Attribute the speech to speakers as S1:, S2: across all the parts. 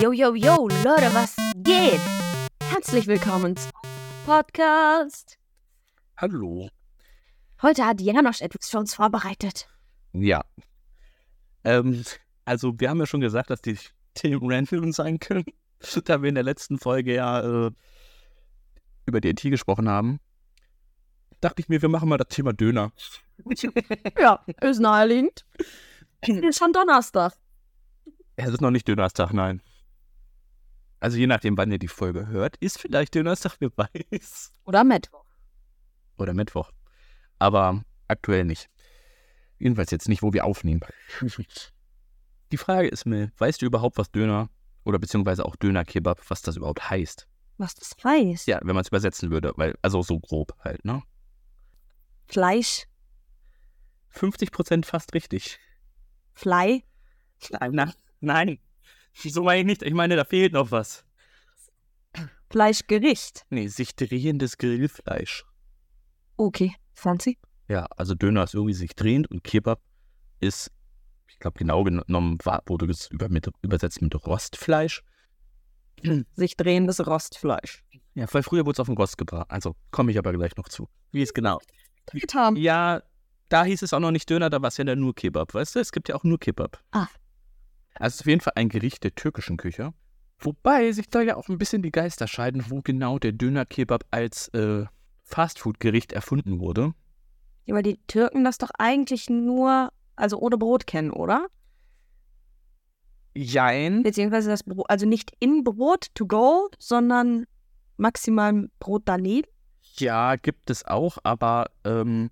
S1: Yo, yo, yo, Leute, was geht? Herzlich willkommen zum Podcast.
S2: Hallo.
S1: Heute hat Janosch etwas für uns vorbereitet.
S2: Ja. Ähm, also wir haben ja schon gesagt, dass die Themen random sein können, da wir in der letzten Folge ja äh, über die IT gesprochen haben. Dachte ich mir, wir machen mal das Thema Döner.
S1: Ja, ist naheliegend. ist schon Donnerstag.
S2: Es ist noch nicht Dönerstag, nein. Also je nachdem, wann ihr die Folge hört, ist vielleicht Dönerstag, wer weiß.
S1: Oder Mittwoch.
S2: Oder Mittwoch. Aber aktuell nicht. Jedenfalls jetzt nicht, wo wir aufnehmen. Die Frage ist mir, weißt du überhaupt, was Döner oder beziehungsweise auch Dönerkebab, was das überhaupt heißt?
S1: Was das heißt?
S2: Ja, wenn man es übersetzen würde, weil, also so grob halt, ne?
S1: Fleisch,
S2: 50% fast richtig.
S1: Fly.
S2: Nein, nein, nein. So meine ich nicht. Ich meine, da fehlt noch was.
S1: Fleischgericht.
S2: Nee, sich drehendes Grillfleisch.
S1: Okay, fancy.
S2: Ja, also Döner ist irgendwie sich drehend und Kebab ist, ich glaube, genau genommen war- wurde es über, mit, übersetzt mit Rostfleisch.
S1: Sich drehendes Rostfleisch.
S2: Ja, weil früher wurde es auf dem Rost gebraten. Also komme ich aber gleich noch zu. Wie es genau.
S1: haben.
S2: Ja, da hieß es auch noch nicht Döner, da war es ja dann nur Kebab. Weißt du, es gibt ja auch nur Kebab.
S1: Ah.
S2: Also es ist auf jeden Fall ein Gericht der türkischen Küche. Wobei sich da ja auch ein bisschen die Geister scheiden, wo genau der Döner-Kebab als äh, Fastfood-Gericht erfunden wurde.
S1: Ja, weil die Türken das doch eigentlich nur, also ohne Brot kennen, oder?
S2: Jein.
S1: Beziehungsweise das Brot, also nicht in Brot to go, sondern maximal Brot daneben.
S2: Ja, gibt es auch, aber ähm,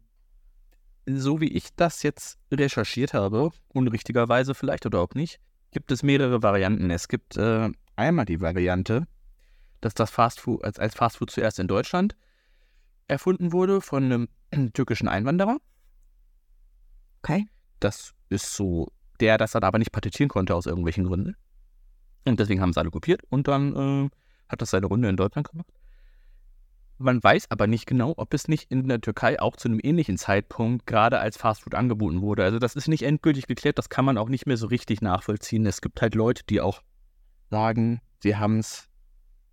S2: so wie ich das jetzt recherchiert habe, unrichtigerweise vielleicht oder auch nicht, gibt es mehrere Varianten. Es gibt äh, einmal die Variante, dass das Fastfood als, als Fastfood zuerst in Deutschland erfunden wurde von einem türkischen Einwanderer.
S1: Okay.
S2: Das ist so, der das dann aber nicht patentieren konnte aus irgendwelchen Gründen. Und deswegen haben es alle kopiert und dann äh, hat das seine Runde in Deutschland gemacht. Man weiß aber nicht genau, ob es nicht in der Türkei auch zu einem ähnlichen Zeitpunkt gerade als Fastfood angeboten wurde. Also das ist nicht endgültig geklärt, das kann man auch nicht mehr so richtig nachvollziehen. Es gibt halt Leute, die auch sagen, sie haben es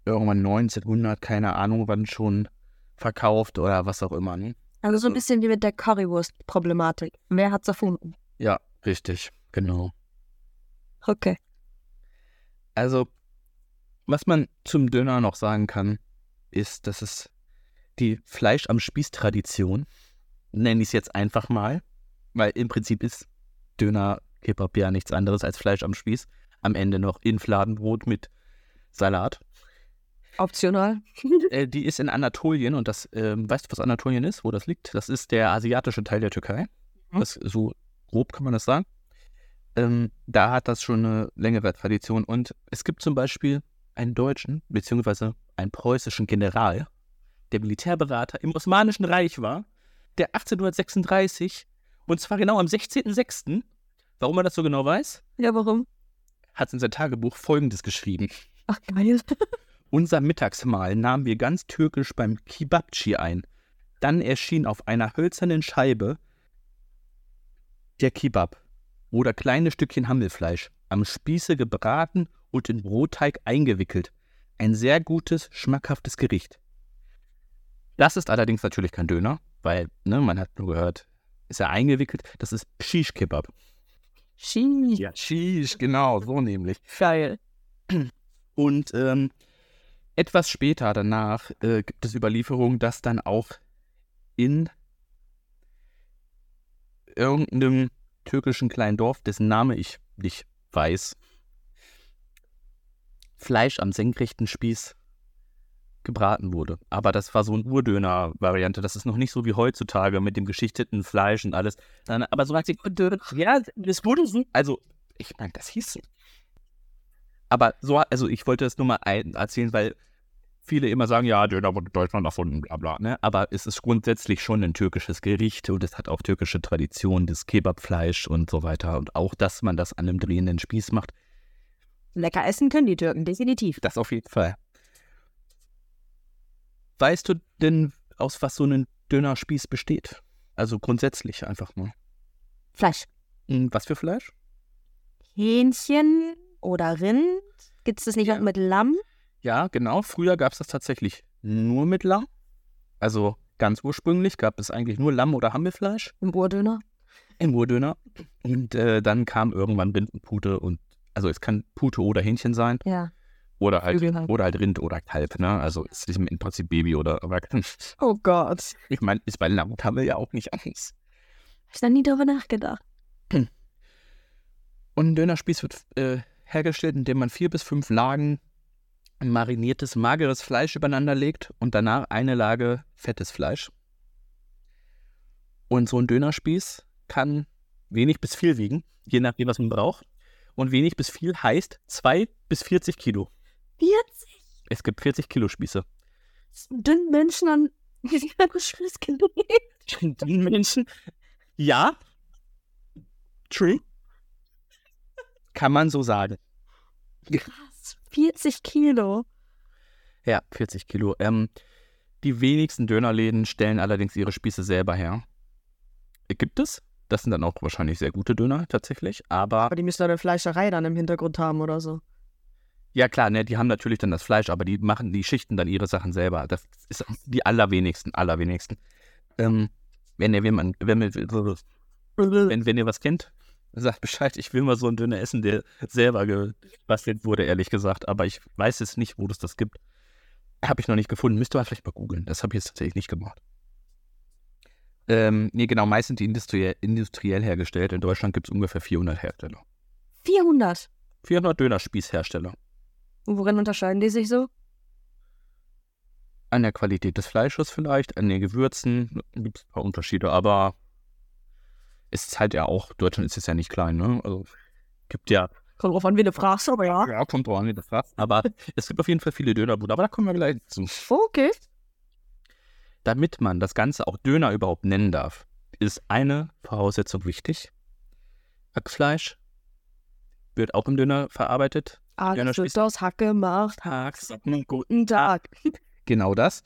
S2: irgendwann 1900, keine Ahnung wann schon verkauft oder was auch immer. Ne?
S1: Also so ein bisschen wie mit der Currywurst-Problematik. Wer hat's erfunden?
S2: Ja, richtig, genau.
S1: Okay.
S2: Also, was man zum Döner noch sagen kann, ist, dass es die Fleisch am Spieß-Tradition, nenne ich es jetzt einfach mal, weil im Prinzip ist Döner, Kebab ja nichts anderes als Fleisch am Spieß. Am Ende noch in Fladenbrot mit Salat.
S1: Optional.
S2: Äh, die ist in Anatolien und das, ähm, weißt du, was Anatolien ist, wo das liegt? Das ist der asiatische Teil der Türkei.
S1: Mhm.
S2: Das, so grob kann man das sagen. Ähm, da hat das schon eine längere Tradition und es gibt zum Beispiel einen deutschen, beziehungsweise einen preußischen General, der Militärberater im Osmanischen Reich war, der 1836, und zwar genau am 16.06., warum man das so genau weiß,
S1: Ja, warum?
S2: hat in sein Tagebuch Folgendes geschrieben.
S1: Ach, geil.
S2: Unser Mittagsmahl nahmen wir ganz türkisch beim Kibabchi ein. Dann erschien auf einer hölzernen Scheibe der Kebab oder kleine Stückchen Hammelfleisch, am Spieße gebraten und in Brotteig eingewickelt. Ein sehr gutes, schmackhaftes Gericht. Das ist allerdings natürlich kein Döner, weil ne, man hat nur gehört, ist ja eingewickelt. Das ist Shish Kebab.
S1: Schiii.
S2: Shish, genau, so nämlich.
S1: Geil.
S2: Und ähm, etwas später danach äh, gibt es Überlieferungen, dass dann auch in irgendeinem türkischen kleinen Dorf, dessen Name ich nicht weiß, Fleisch am senkrechten Spieß gebraten wurde. Aber das war so ein Urdöner-Variante. Das ist noch nicht so wie heutzutage mit dem geschichteten Fleisch und alles. Dann, aber so sagt sie, "Döner." ja, das wurde so. Also, ich meine, das hieß so. Aber so, also ich wollte das nur mal ein erzählen, weil viele immer sagen, ja, Döner wurde in Deutschland erfunden, bla bla, ne? Aber es ist grundsätzlich schon ein türkisches Gericht und es hat auch türkische Tradition, das Kebabfleisch und so weiter. Und auch, dass man das an einem drehenden Spieß macht,
S1: Lecker essen können die Türken, definitiv.
S2: das auf jeden Fall. Weißt du denn, aus was so ein Dönerspieß besteht? Also grundsätzlich einfach mal.
S1: Fleisch.
S2: Hm, Was für Fleisch?
S1: Hähnchen oder Rind Gibt es das nicht auch mit Lamm?
S2: Ja, genau. Früher gab es das tatsächlich nur mit Lamm. Also ganz ursprünglich gab es eigentlich nur Lamm- oder Hammelfleisch
S1: Im Urdöner?
S2: im Urdöner. Und äh, dann kam irgendwann Rind und Pute und also es kann Pute oder Hähnchen sein
S1: Ja.
S2: oder halt
S1: Flügel halt.
S2: oder halt Rind oder Kalb. Ne? Also es ist im Prinzip Baby oder Erwachsenen.
S1: Oh Gott.
S2: Ich meine, ist bei Lamm und Hammel ja auch nicht anders.
S1: Hab ich noch nie drüber nachgedacht.
S2: Und ein Dönerspieß wird äh, hergestellt, indem man vier bis fünf Lagen mariniertes, mageres Fleisch übereinander legt und danach eine Lage fettes Fleisch. Und so ein Dönerspieß kann wenig bis viel wiegen, je nachdem, was man braucht. Und wenig bis viel heißt zwei bis 40 Kilo.
S1: 40
S2: Es gibt 40 Kilo Spieße.
S1: dünnen Menschen an Spießkilometer.
S2: Den Menschen. Ja. True. Kann man so sagen.
S1: Krass. 40
S2: Ah.
S1: Kilo.
S2: Ja, 40 Kilo. Ähm, die wenigsten Dönerläden stellen allerdings ihre Spieße selber her. Gibt es? Das sind dann auch wahrscheinlich sehr gute Döner tatsächlich. Aber
S3: Aber die müssen da eine Fleischerei dann im Hintergrund haben oder so.
S2: ja klar, ne, die haben natürlich dann das Fleisch, aber die machen, die schichten dann ihre Sachen selber. Das ist die allerwenigsten, allerwenigsten. Ähm, wenn ihr jemand, wenn, mir-
S1: Äh.
S2: wenn, wenn ihr was kennt, sagt Bescheid. Ich will mal so einen Döner essen, der selber gebastelt wurde, ehrlich gesagt. Aber ich weiß jetzt nicht, wo es das gibt. Habe ich noch nicht gefunden. Müsste man vielleicht mal googeln. Das habe ich jetzt tatsächlich nicht gemacht. Ähm, nee, genau. Meist sind die industriell, industriell hergestellt. In Deutschland gibt es ungefähr 400 Hersteller.
S1: 400.
S2: 400 Dönerspießhersteller.
S1: Und worin unterscheiden die sich so?
S2: An der Qualität des Fleisches vielleicht, an den Gewürzen. Gibt es ein paar Unterschiede, aber es ist halt ja auch, Deutschland ist jetzt ja nicht klein, ne? Also gibt ja
S3: Kommt drauf an, wen du fragst, aber ja.
S2: Ja, kommt drauf an, wie du fragst. Aber es gibt auf jeden Fall viele Dönerbuden, aber da kommen wir gleich zu.
S3: Okay.
S2: Damit man das Ganze auch Döner überhaupt nennen darf, ist eine Voraussetzung wichtig. Hackfleisch wird auch im Döner verarbeitet.
S3: Ah,
S2: Ja,
S3: das
S2: dann
S3: wird aus Hack gemacht.
S2: Hacks.
S3: Guten
S2: Ah.
S3: Tag.
S2: Genau das.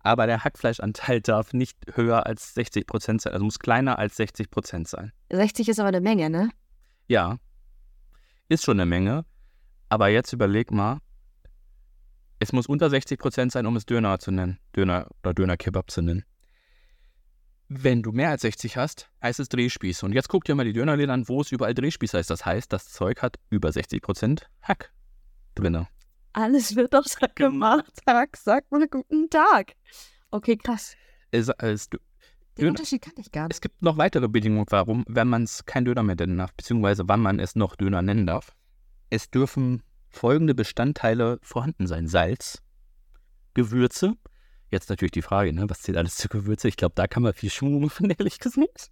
S2: Aber der Hackfleischanteil darf nicht höher als 60% sein, also muss kleiner als 60% sein.
S1: 60 ist aber eine Menge, ne?
S2: Ja, ist schon eine Menge. Aber jetzt überleg mal, es muss unter 60% sein, um es Döner zu nennen. Döner oder Döner-Kebab zu nennen. Wenn du mehr als 60 hast, heißt es Drehspieß. Und jetzt guck dir mal die Dönerläden an, wo es überall Drehspieß heißt. Das heißt, das Zeug hat über 60% Hack drinne.
S1: Alles wird aus Hack
S2: Genau.
S1: gemacht. Hack, sag mal guten Tag. Okay, krass.
S2: Es, es,
S1: Den
S2: Döner-
S1: Unterschied kannte ich gar nicht.
S2: es gibt noch weitere Bedingungen, warum, wenn man es kein Döner mehr nennen darf, beziehungsweise wann man es noch Döner nennen darf. Es dürfen folgende Bestandteile vorhanden sein: Salz, Gewürze. Jetzt natürlich die Frage, ne, was zählt alles zu Gewürze? Ich glaube, da kann man viel Schmuh machen, ehrlich gesagt.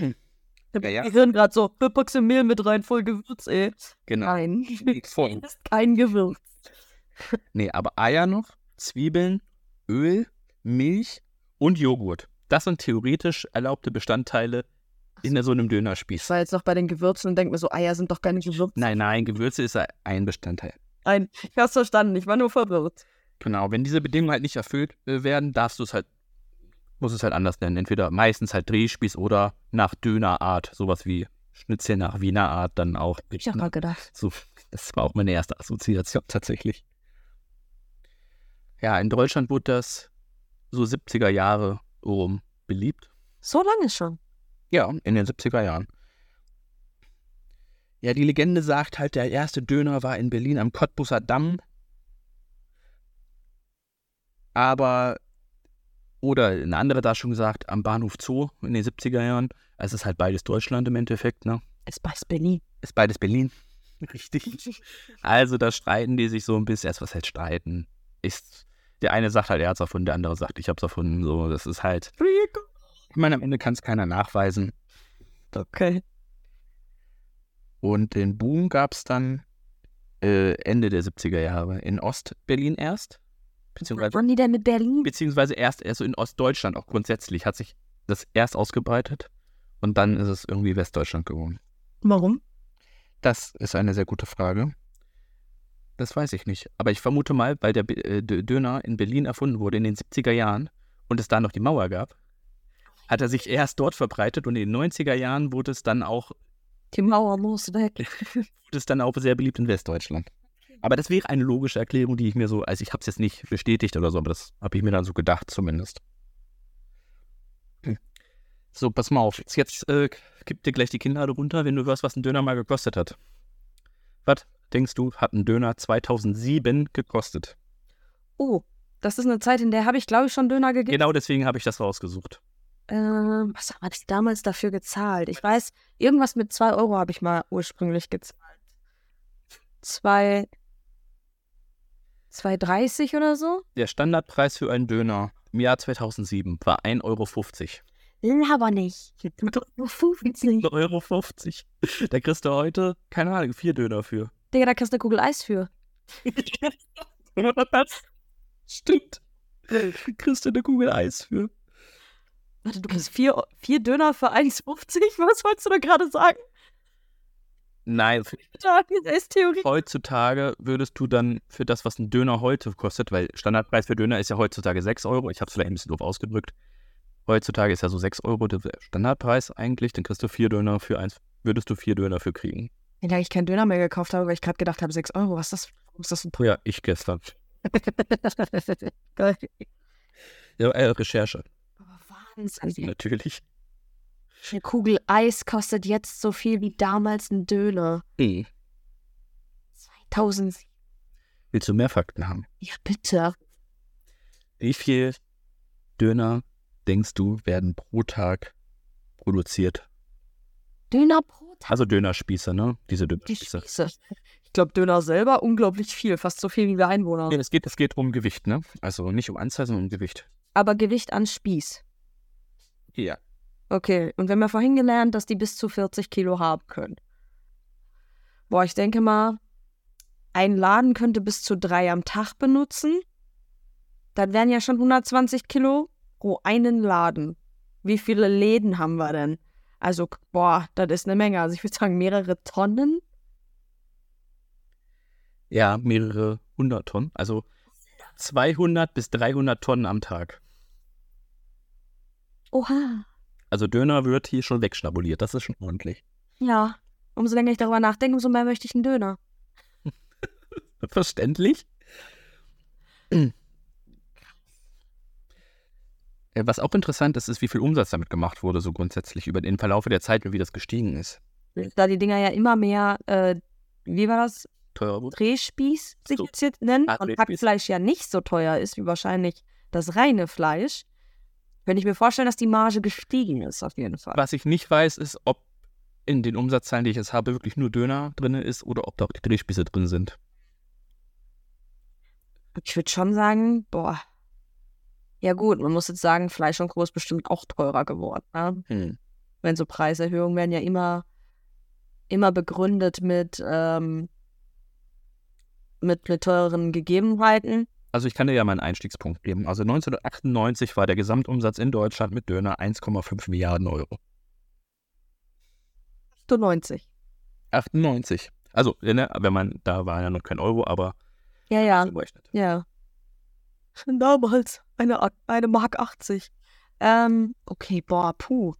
S2: Ja, ja.
S3: Wir hören gerade so, wir packen Mehl mit rein, voll Gewürz, ey.
S2: Genau.
S3: Nein, das ist kein Gewürz.
S2: Nee, aber Eier noch, Zwiebeln, Öl, Milch und Joghurt. Das sind theoretisch erlaubte Bestandteile in so einem
S3: Ich
S2: Dönerspieß.
S3: war jetzt noch bei den Gewürzen und denke mir so, Eier sind doch keine Gewürze.
S2: Nein, nein, Gewürze ist ein Bestandteil.
S3: Nein, ich hab's verstanden, ich war nur verwirrt.
S2: Genau, wenn diese Bedingungen halt nicht erfüllt äh, werden, darfst du es halt, muss es halt anders nennen. Entweder meistens halt Drehspieß oder nach Dönerart, sowas wie Schnitzel nach Wiener Art dann auch.
S1: Hab ich auch mal gedacht.
S2: So, das war auch meine erste Assoziation tatsächlich. Ja, in Deutschland wurde das so 70er Jahre rum beliebt.
S1: So lange schon.
S2: Ja, in den 70er Jahren. Ja, die Legende sagt halt, der erste Döner war in Berlin am Cottbusser Damm. Aber, oder eine andere Darstellung sagt, am Bahnhof Zoo in den 70er Jahren. Es ist halt beides Deutschland im Endeffekt, ne?
S1: Es beißt Berlin.
S2: Ist beides Berlin. Richtig. Also da streiten die sich so ein bisschen. Erst was heißt streiten? Ist, der eine sagt halt, er hat's erfunden, der andere sagt, ich hab's erfunden. So, das ist halt. Ich meine, am Ende kann es keiner nachweisen.
S3: Okay.
S2: Und den Boom gab es dann äh, Ende der 70er Jahre in Ostberlin erst. Beziehungsweise,
S1: Wollen die denn mit Berlin?
S2: beziehungsweise erst also in Ostdeutschland auch grundsätzlich hat sich das erst ausgebreitet und dann ist es irgendwie Westdeutschland geworden.
S3: Warum?
S2: Das ist eine sehr gute Frage. Das weiß ich nicht. Aber ich vermute mal, weil der Be- äh, Dö- Döner in Berlin erfunden wurde in den 70er Jahren und es da noch die Mauer gab, hat er sich erst dort verbreitet und in den 90er Jahren wurde es dann auch
S1: Die Mauer muss weg.
S2: Das ist dann auch sehr beliebt in Westdeutschland. Aber das wäre eine logische Erklärung, die ich mir so, also ich habe es jetzt nicht bestätigt oder so, aber das habe ich mir dann so gedacht zumindest. Hm. So, pass mal auf. Jetzt, jetzt äh, gib dir gleich die Kinnlade runter, wenn du hörst, was ein Döner mal gekostet hat. Was denkst du, hat ein Döner 2007 gekostet?
S1: Oh, das ist eine Zeit, in der habe ich, glaube ich, schon Döner gegessen.
S2: Genau deswegen habe ich das rausgesucht.
S1: Ähm, was haben wir denn damals dafür gezahlt? Ich weiß, irgendwas mit 2 Euro habe ich mal ursprünglich gezahlt. 2. 2,30 oder so?
S2: Der Standardpreis für einen Döner im Jahr 2007 war 1,50 Euro.
S1: Laber nicht.
S2: 1,50 Euro. Da kriegst du heute, keine Ahnung, vier Döner für.
S1: Digga, da kriegst du eine Kugel Eis für.
S2: das stimmt. Äh. Kriegst du eine Kugel Eis für.
S1: Warte, du kriegst vier, vier Döner für 1,50? Was wolltest du da gerade sagen?
S2: Nein,
S1: Da ist Theorie.
S2: heutzutage würdest du dann für das, was ein Döner heute kostet, weil Standardpreis für Döner ist ja heutzutage 6 Euro, ich habe es vielleicht ein bisschen doof ausgedrückt. Heutzutage ist ja so 6 Euro der Standardpreis eigentlich, dann kriegst du vier Döner für eins, würdest du vier Döner für kriegen.
S3: Wenn ich keinen Döner mehr gekauft habe, weil ich gerade gedacht habe, 6 Euro, was ist das? Warum ist das ein
S2: Ja, ich gestern.
S3: Preis? Geil.
S2: Ja, äh, Recherche.
S1: Aber Wahnsinn.
S2: Natürlich.
S1: Eine Kugel Eis kostet jetzt so viel wie damals ein Döner. 2000.
S2: Willst du mehr Fakten haben?
S1: Ja, bitte.
S2: Wie viel Döner denkst du werden pro Tag produziert?
S1: Döner pro Tag.
S2: Also Dönerspieße, ne? Diese
S1: Die
S2: Dönerspieße.
S1: Spieße.
S3: Ich glaube, Döner selber unglaublich viel, fast so viel wie wir Einwohner.
S2: Nee, es geht, es geht um Gewicht, ne? Also nicht um Anzahl, sondern um Gewicht.
S1: Aber Gewicht an Spieß.
S2: Ja.
S1: Okay, und wir haben ja vorhin gelernt, dass die bis zu 40 Kilo haben können. Boah, ich denke mal, ein Laden könnte bis zu drei am Tag benutzen. Dann wären ja schon 120 Kilo pro einen Laden. Wie viele Läden haben wir denn? Also, boah, das ist eine Menge. Also ich würde sagen, mehrere Tonnen.
S2: Ja, mehrere hundert Tonnen. Also 200 bis 300 Tonnen am Tag.
S1: Oha.
S2: Also Döner wird hier schon wegschnabuliert. Das ist schon ordentlich.
S1: Ja, umso länger ich darüber nachdenke, umso mehr möchte ich einen Döner.
S2: Verständlich. Äh, Was auch interessant ist, ist, wie viel Umsatz damit gemacht wurde, so grundsätzlich über den Verlauf der Zeit und wie das gestiegen ist.
S1: Da die Dinger ja immer mehr, äh, wie war das?
S2: Teurer wurde.
S1: Drehspieß sich
S2: So.
S1: jetzt jetzt nennen
S2: Ah,
S1: und
S2: Drehspieß.
S1: Hackfleisch ja nicht so teuer ist wie wahrscheinlich das reine Fleisch, könnte ich mir vorstellen, dass die Marge gestiegen ist auf jeden Fall.
S2: Was ich nicht weiß, ist, ob in den Umsatzzahlen, die ich jetzt habe, wirklich nur Döner drin ist oder ob da auch die Drehspieße drin sind.
S1: Ich würde schon sagen, boah, ja gut, man muss jetzt sagen, Fleisch und Co. ist bestimmt auch teurer geworden. Ne? Wenn so Preiserhöhungen werden ja immer, immer begründet mit, ähm, mit, mit teureren Gegebenheiten.
S2: Also ich kann dir ja mal einen Einstiegspunkt geben. Also 1998 war der Gesamtumsatz in Deutschland mit Döner 1,5 Milliarden Euro.
S1: 98.
S2: 98. Also, ne, wenn man, da war ja noch kein Euro, aber
S1: Ja, ja.
S2: so berechnet.
S1: Ja.
S3: Schon damals. Eine, Ak- eine Mark 80.
S1: Ähm, okay, boah, puh.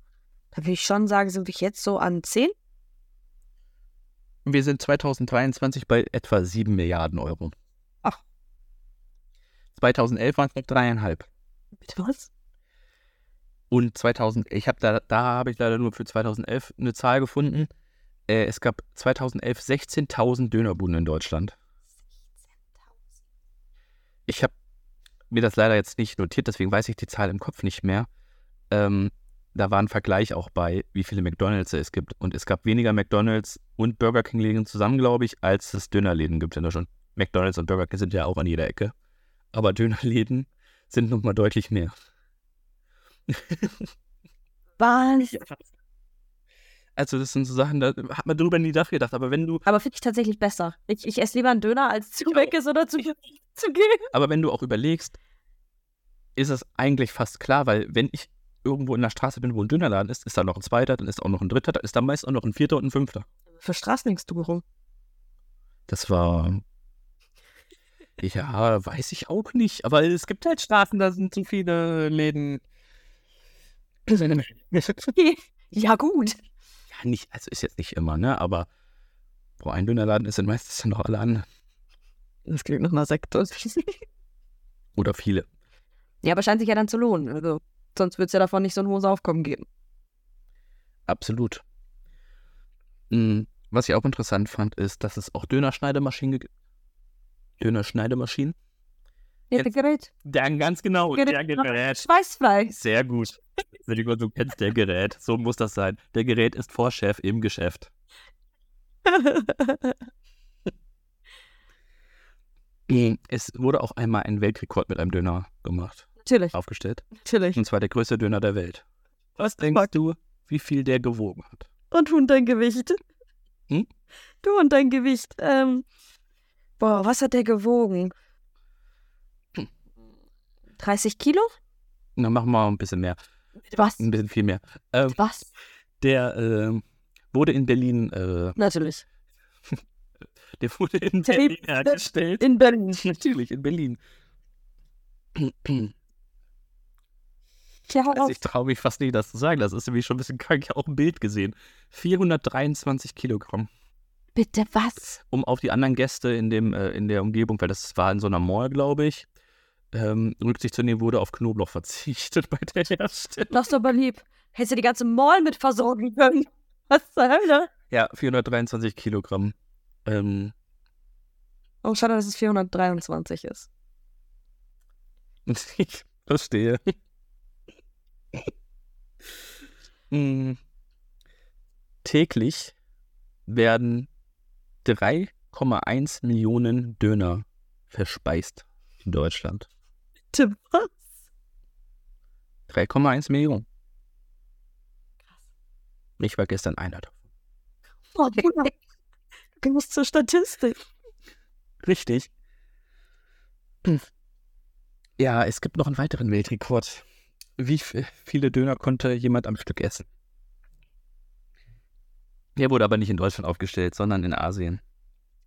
S1: Da würde ich schon sagen, sind wir jetzt so an 10?
S2: Und wir sind 2023 bei etwa 7 Milliarden Euro.
S3: Ach.
S2: 2011 waren es noch dreieinhalb.
S3: Bitte was?
S2: Und 2000, ich habe da, da habe ich leider nur für 2011 eine Zahl gefunden. Äh, es gab 2011 16.000 Dönerbuden in Deutschland. Ich habe mir das leider jetzt nicht notiert, deswegen weiß ich die Zahl im Kopf nicht mehr. Ähm, da war ein Vergleich auch bei, wie viele McDonalds es gibt. Und es gab weniger McDonalds und Burger King-Läden zusammen, glaube ich, als es Dönerläden gibt in Deutschland. McDonalds und Burger King sind ja auch an jeder Ecke. Aber Dönerläden sind nochmal deutlich mehr.
S1: Wahnsinn.
S2: Also, das sind so Sachen, da hat man drüber nie nachgedacht. Aber wenn du,
S1: Aber finde ich tatsächlich besser. Ich, ich esse lieber einen Döner, als zu weg ist oder zu, zu gehen.
S2: aber wenn du auch überlegst, ist es eigentlich fast klar, weil wenn ich irgendwo in der Straße bin, wo ein Dönerladen ist, ist da noch ein zweiter, dann ist auch noch ein dritter, dann ist da meist auch noch ein vierter und ein fünfter.
S3: Für Straßenlingsdurung.
S2: Das war. Ja, weiß ich auch nicht. Aber es gibt halt Straßen, da sind zu viele Läden. Ja,
S1: Ja, gut.
S2: nicht, also ist jetzt nicht immer, ne? Aber boah, ein Dönerladen ist dann meistens dann noch alle an.
S3: Das klingt nach einer Sekte.
S2: Oder viele.
S1: Ja, aber scheint sich ja dann zu lohnen. Also, sonst wird es ja davon nicht so ein hohes Aufkommen geben.
S2: Absolut. Mm, Was ich auch interessant fand, ist, dass es auch Dönerschneidemaschinen gibt. Dönerschneidemaschinen?
S1: Ja,
S2: Jetzt-
S1: Gerät.
S2: Dann ganz genau.
S1: Gerät.
S2: Der Gerät.
S1: Schweißfleisch.
S2: Sehr gut. Entschuldigung, du kennst der Gerät. So muss das sein. Der Gerät ist Vorchef im Geschäft. Es wurde auch einmal ein Weltrekord mit einem Döner gemacht,
S1: Natürlich.
S2: aufgestellt.
S1: Mhm.
S3: Natürlich.
S2: Und zwar der größte Döner der Welt. Was denkst du, wie viel der gewogen hat?
S3: Und Hund dein Gewicht.
S2: Hm?
S3: Du und dein Gewicht. Ähm,
S1: Boah, was hat der gewogen? 30 Kilo?
S2: Na, machen wir ein bisschen mehr.
S1: Was?
S2: Ein bisschen viel mehr.
S1: Was?
S2: Der ähm, wurde in Berlin, äh,
S1: Natürlich.
S2: der wurde in
S1: Der-
S2: Berlin hergestellt.
S3: in Berlin.
S2: Natürlich, in Berlin.
S1: Tja, hau
S2: Also
S1: auf.
S2: ich traue mich fast nicht, das zu sagen. Das ist nämlich schon ein bisschen krank. Ich habe auch ein Bild gesehen. 423 Kilogramm.
S1: Bitte was?
S2: Um auf die anderen Gäste in, dem, äh, in der Umgebung, weil das war in so einer Mall, glaube ich, ähm, Rücksicht zu nehmen, wurde auf Knoblauch verzichtet bei der Herstellung.
S1: Das ist aber lieb. Hättest du die ganze Mall mit versorgen können. Was zur Hölle?
S2: Ja, 423 Kilogramm. Ähm,
S1: Oh, schade, dass es 423 ist.
S2: ich verstehe. Mm. Täglich werden 3,1 Millionen Döner verspeist in Deutschland.
S3: Tim, was?
S2: 3,1 Millionen. Ich war gestern einer davon.
S1: Oh, Bruder.
S3: Du musst zur Statistik.
S2: Richtig. Hm. Ja, es gibt noch einen weiteren Weltrekord. Wie f- viele Döner konnte jemand am Stück essen? Der wurde aber nicht in Deutschland aufgestellt, sondern in Asien.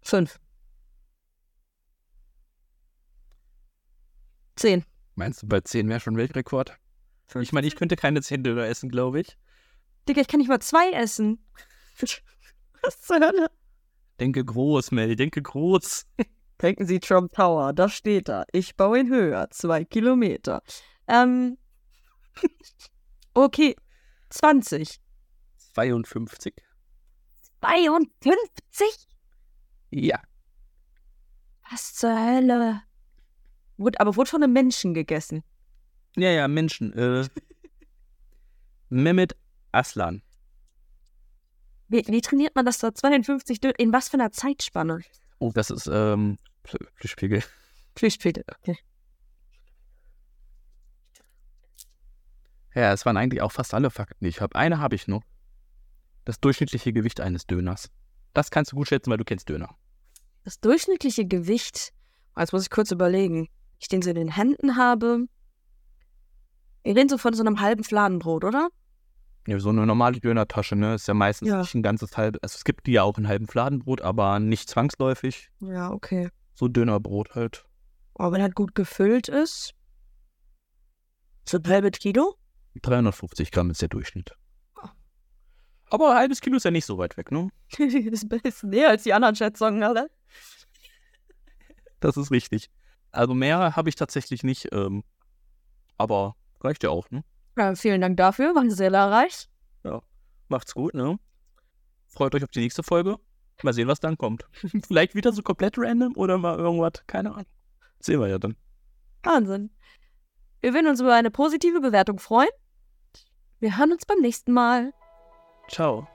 S1: Fünf. Zehn.
S2: Meinst du, bei 10 wäre schon Weltrekord? Ich meine, ich könnte keine 10 Döner essen, glaube ich.
S1: Digga, ich kann nicht mal zwei essen.
S3: Was zur Hölle?
S2: Denke groß, Mel, denke groß.
S3: Denken Sie Trump Tower, da steht er. Ich baue ihn höher, zwei Kilometer.
S1: Ähm. Okay. 20.
S2: 52?
S1: 52?
S2: Ja.
S1: Was zur Hölle? Wurde, aber wurde von einem Menschen gegessen.
S2: Ja, ja, Menschen. Äh, Mehmet Aslan.
S1: Wie, wie trainiert man das da? 52 Dö In was für einer Zeitspanne?
S2: Oh, das ist ähm, Pl- Plüschspiegel.
S1: Viel später. Okay.
S2: Ja, es waren eigentlich auch fast alle Fakten, die ich habe. Eine habe ich noch. Das durchschnittliche Gewicht eines Döners. Das kannst du gut schätzen, weil du kennst Döner.
S1: Das durchschnittliche Gewicht. Jetzt muss ich kurz überlegen. Ich den so in den Händen habe. Wir reden so von so einem halben Fladenbrot, oder?
S2: Ja, so eine normale Dönertasche, ne? Ist ja meistens
S3: Ja.
S2: nicht ein ganzes halbes. Also es gibt die ja auch in halben Fladenbrot, aber nicht zwangsläufig.
S3: Ja, okay.
S2: So Dönerbrot halt.
S1: Aber Oh, wenn das gut gefüllt ist. So ein halbes Kilo?
S2: 350 Gramm ist der Durchschnitt. Oh. Aber ein halbes Kilo ist ja nicht so weit weg, ne?
S3: das ist näher als die anderen Schätzungen, alle.
S2: Das ist richtig. Also mehr habe ich tatsächlich nicht, ähm, aber reicht ja auch, ne?
S1: Ja, vielen Dank dafür, war sehr lehrreich.
S2: Macht's gut, ne? Freut euch auf die nächste Folge. Mal sehen, was dann kommt. Vielleicht wieder so komplett random oder mal irgendwas. Keine Ahnung. Sehen wir ja dann.
S1: Wahnsinn. Wir würden uns über eine positive Bewertung freuen. Wir hören uns beim nächsten Mal.
S2: Ciao.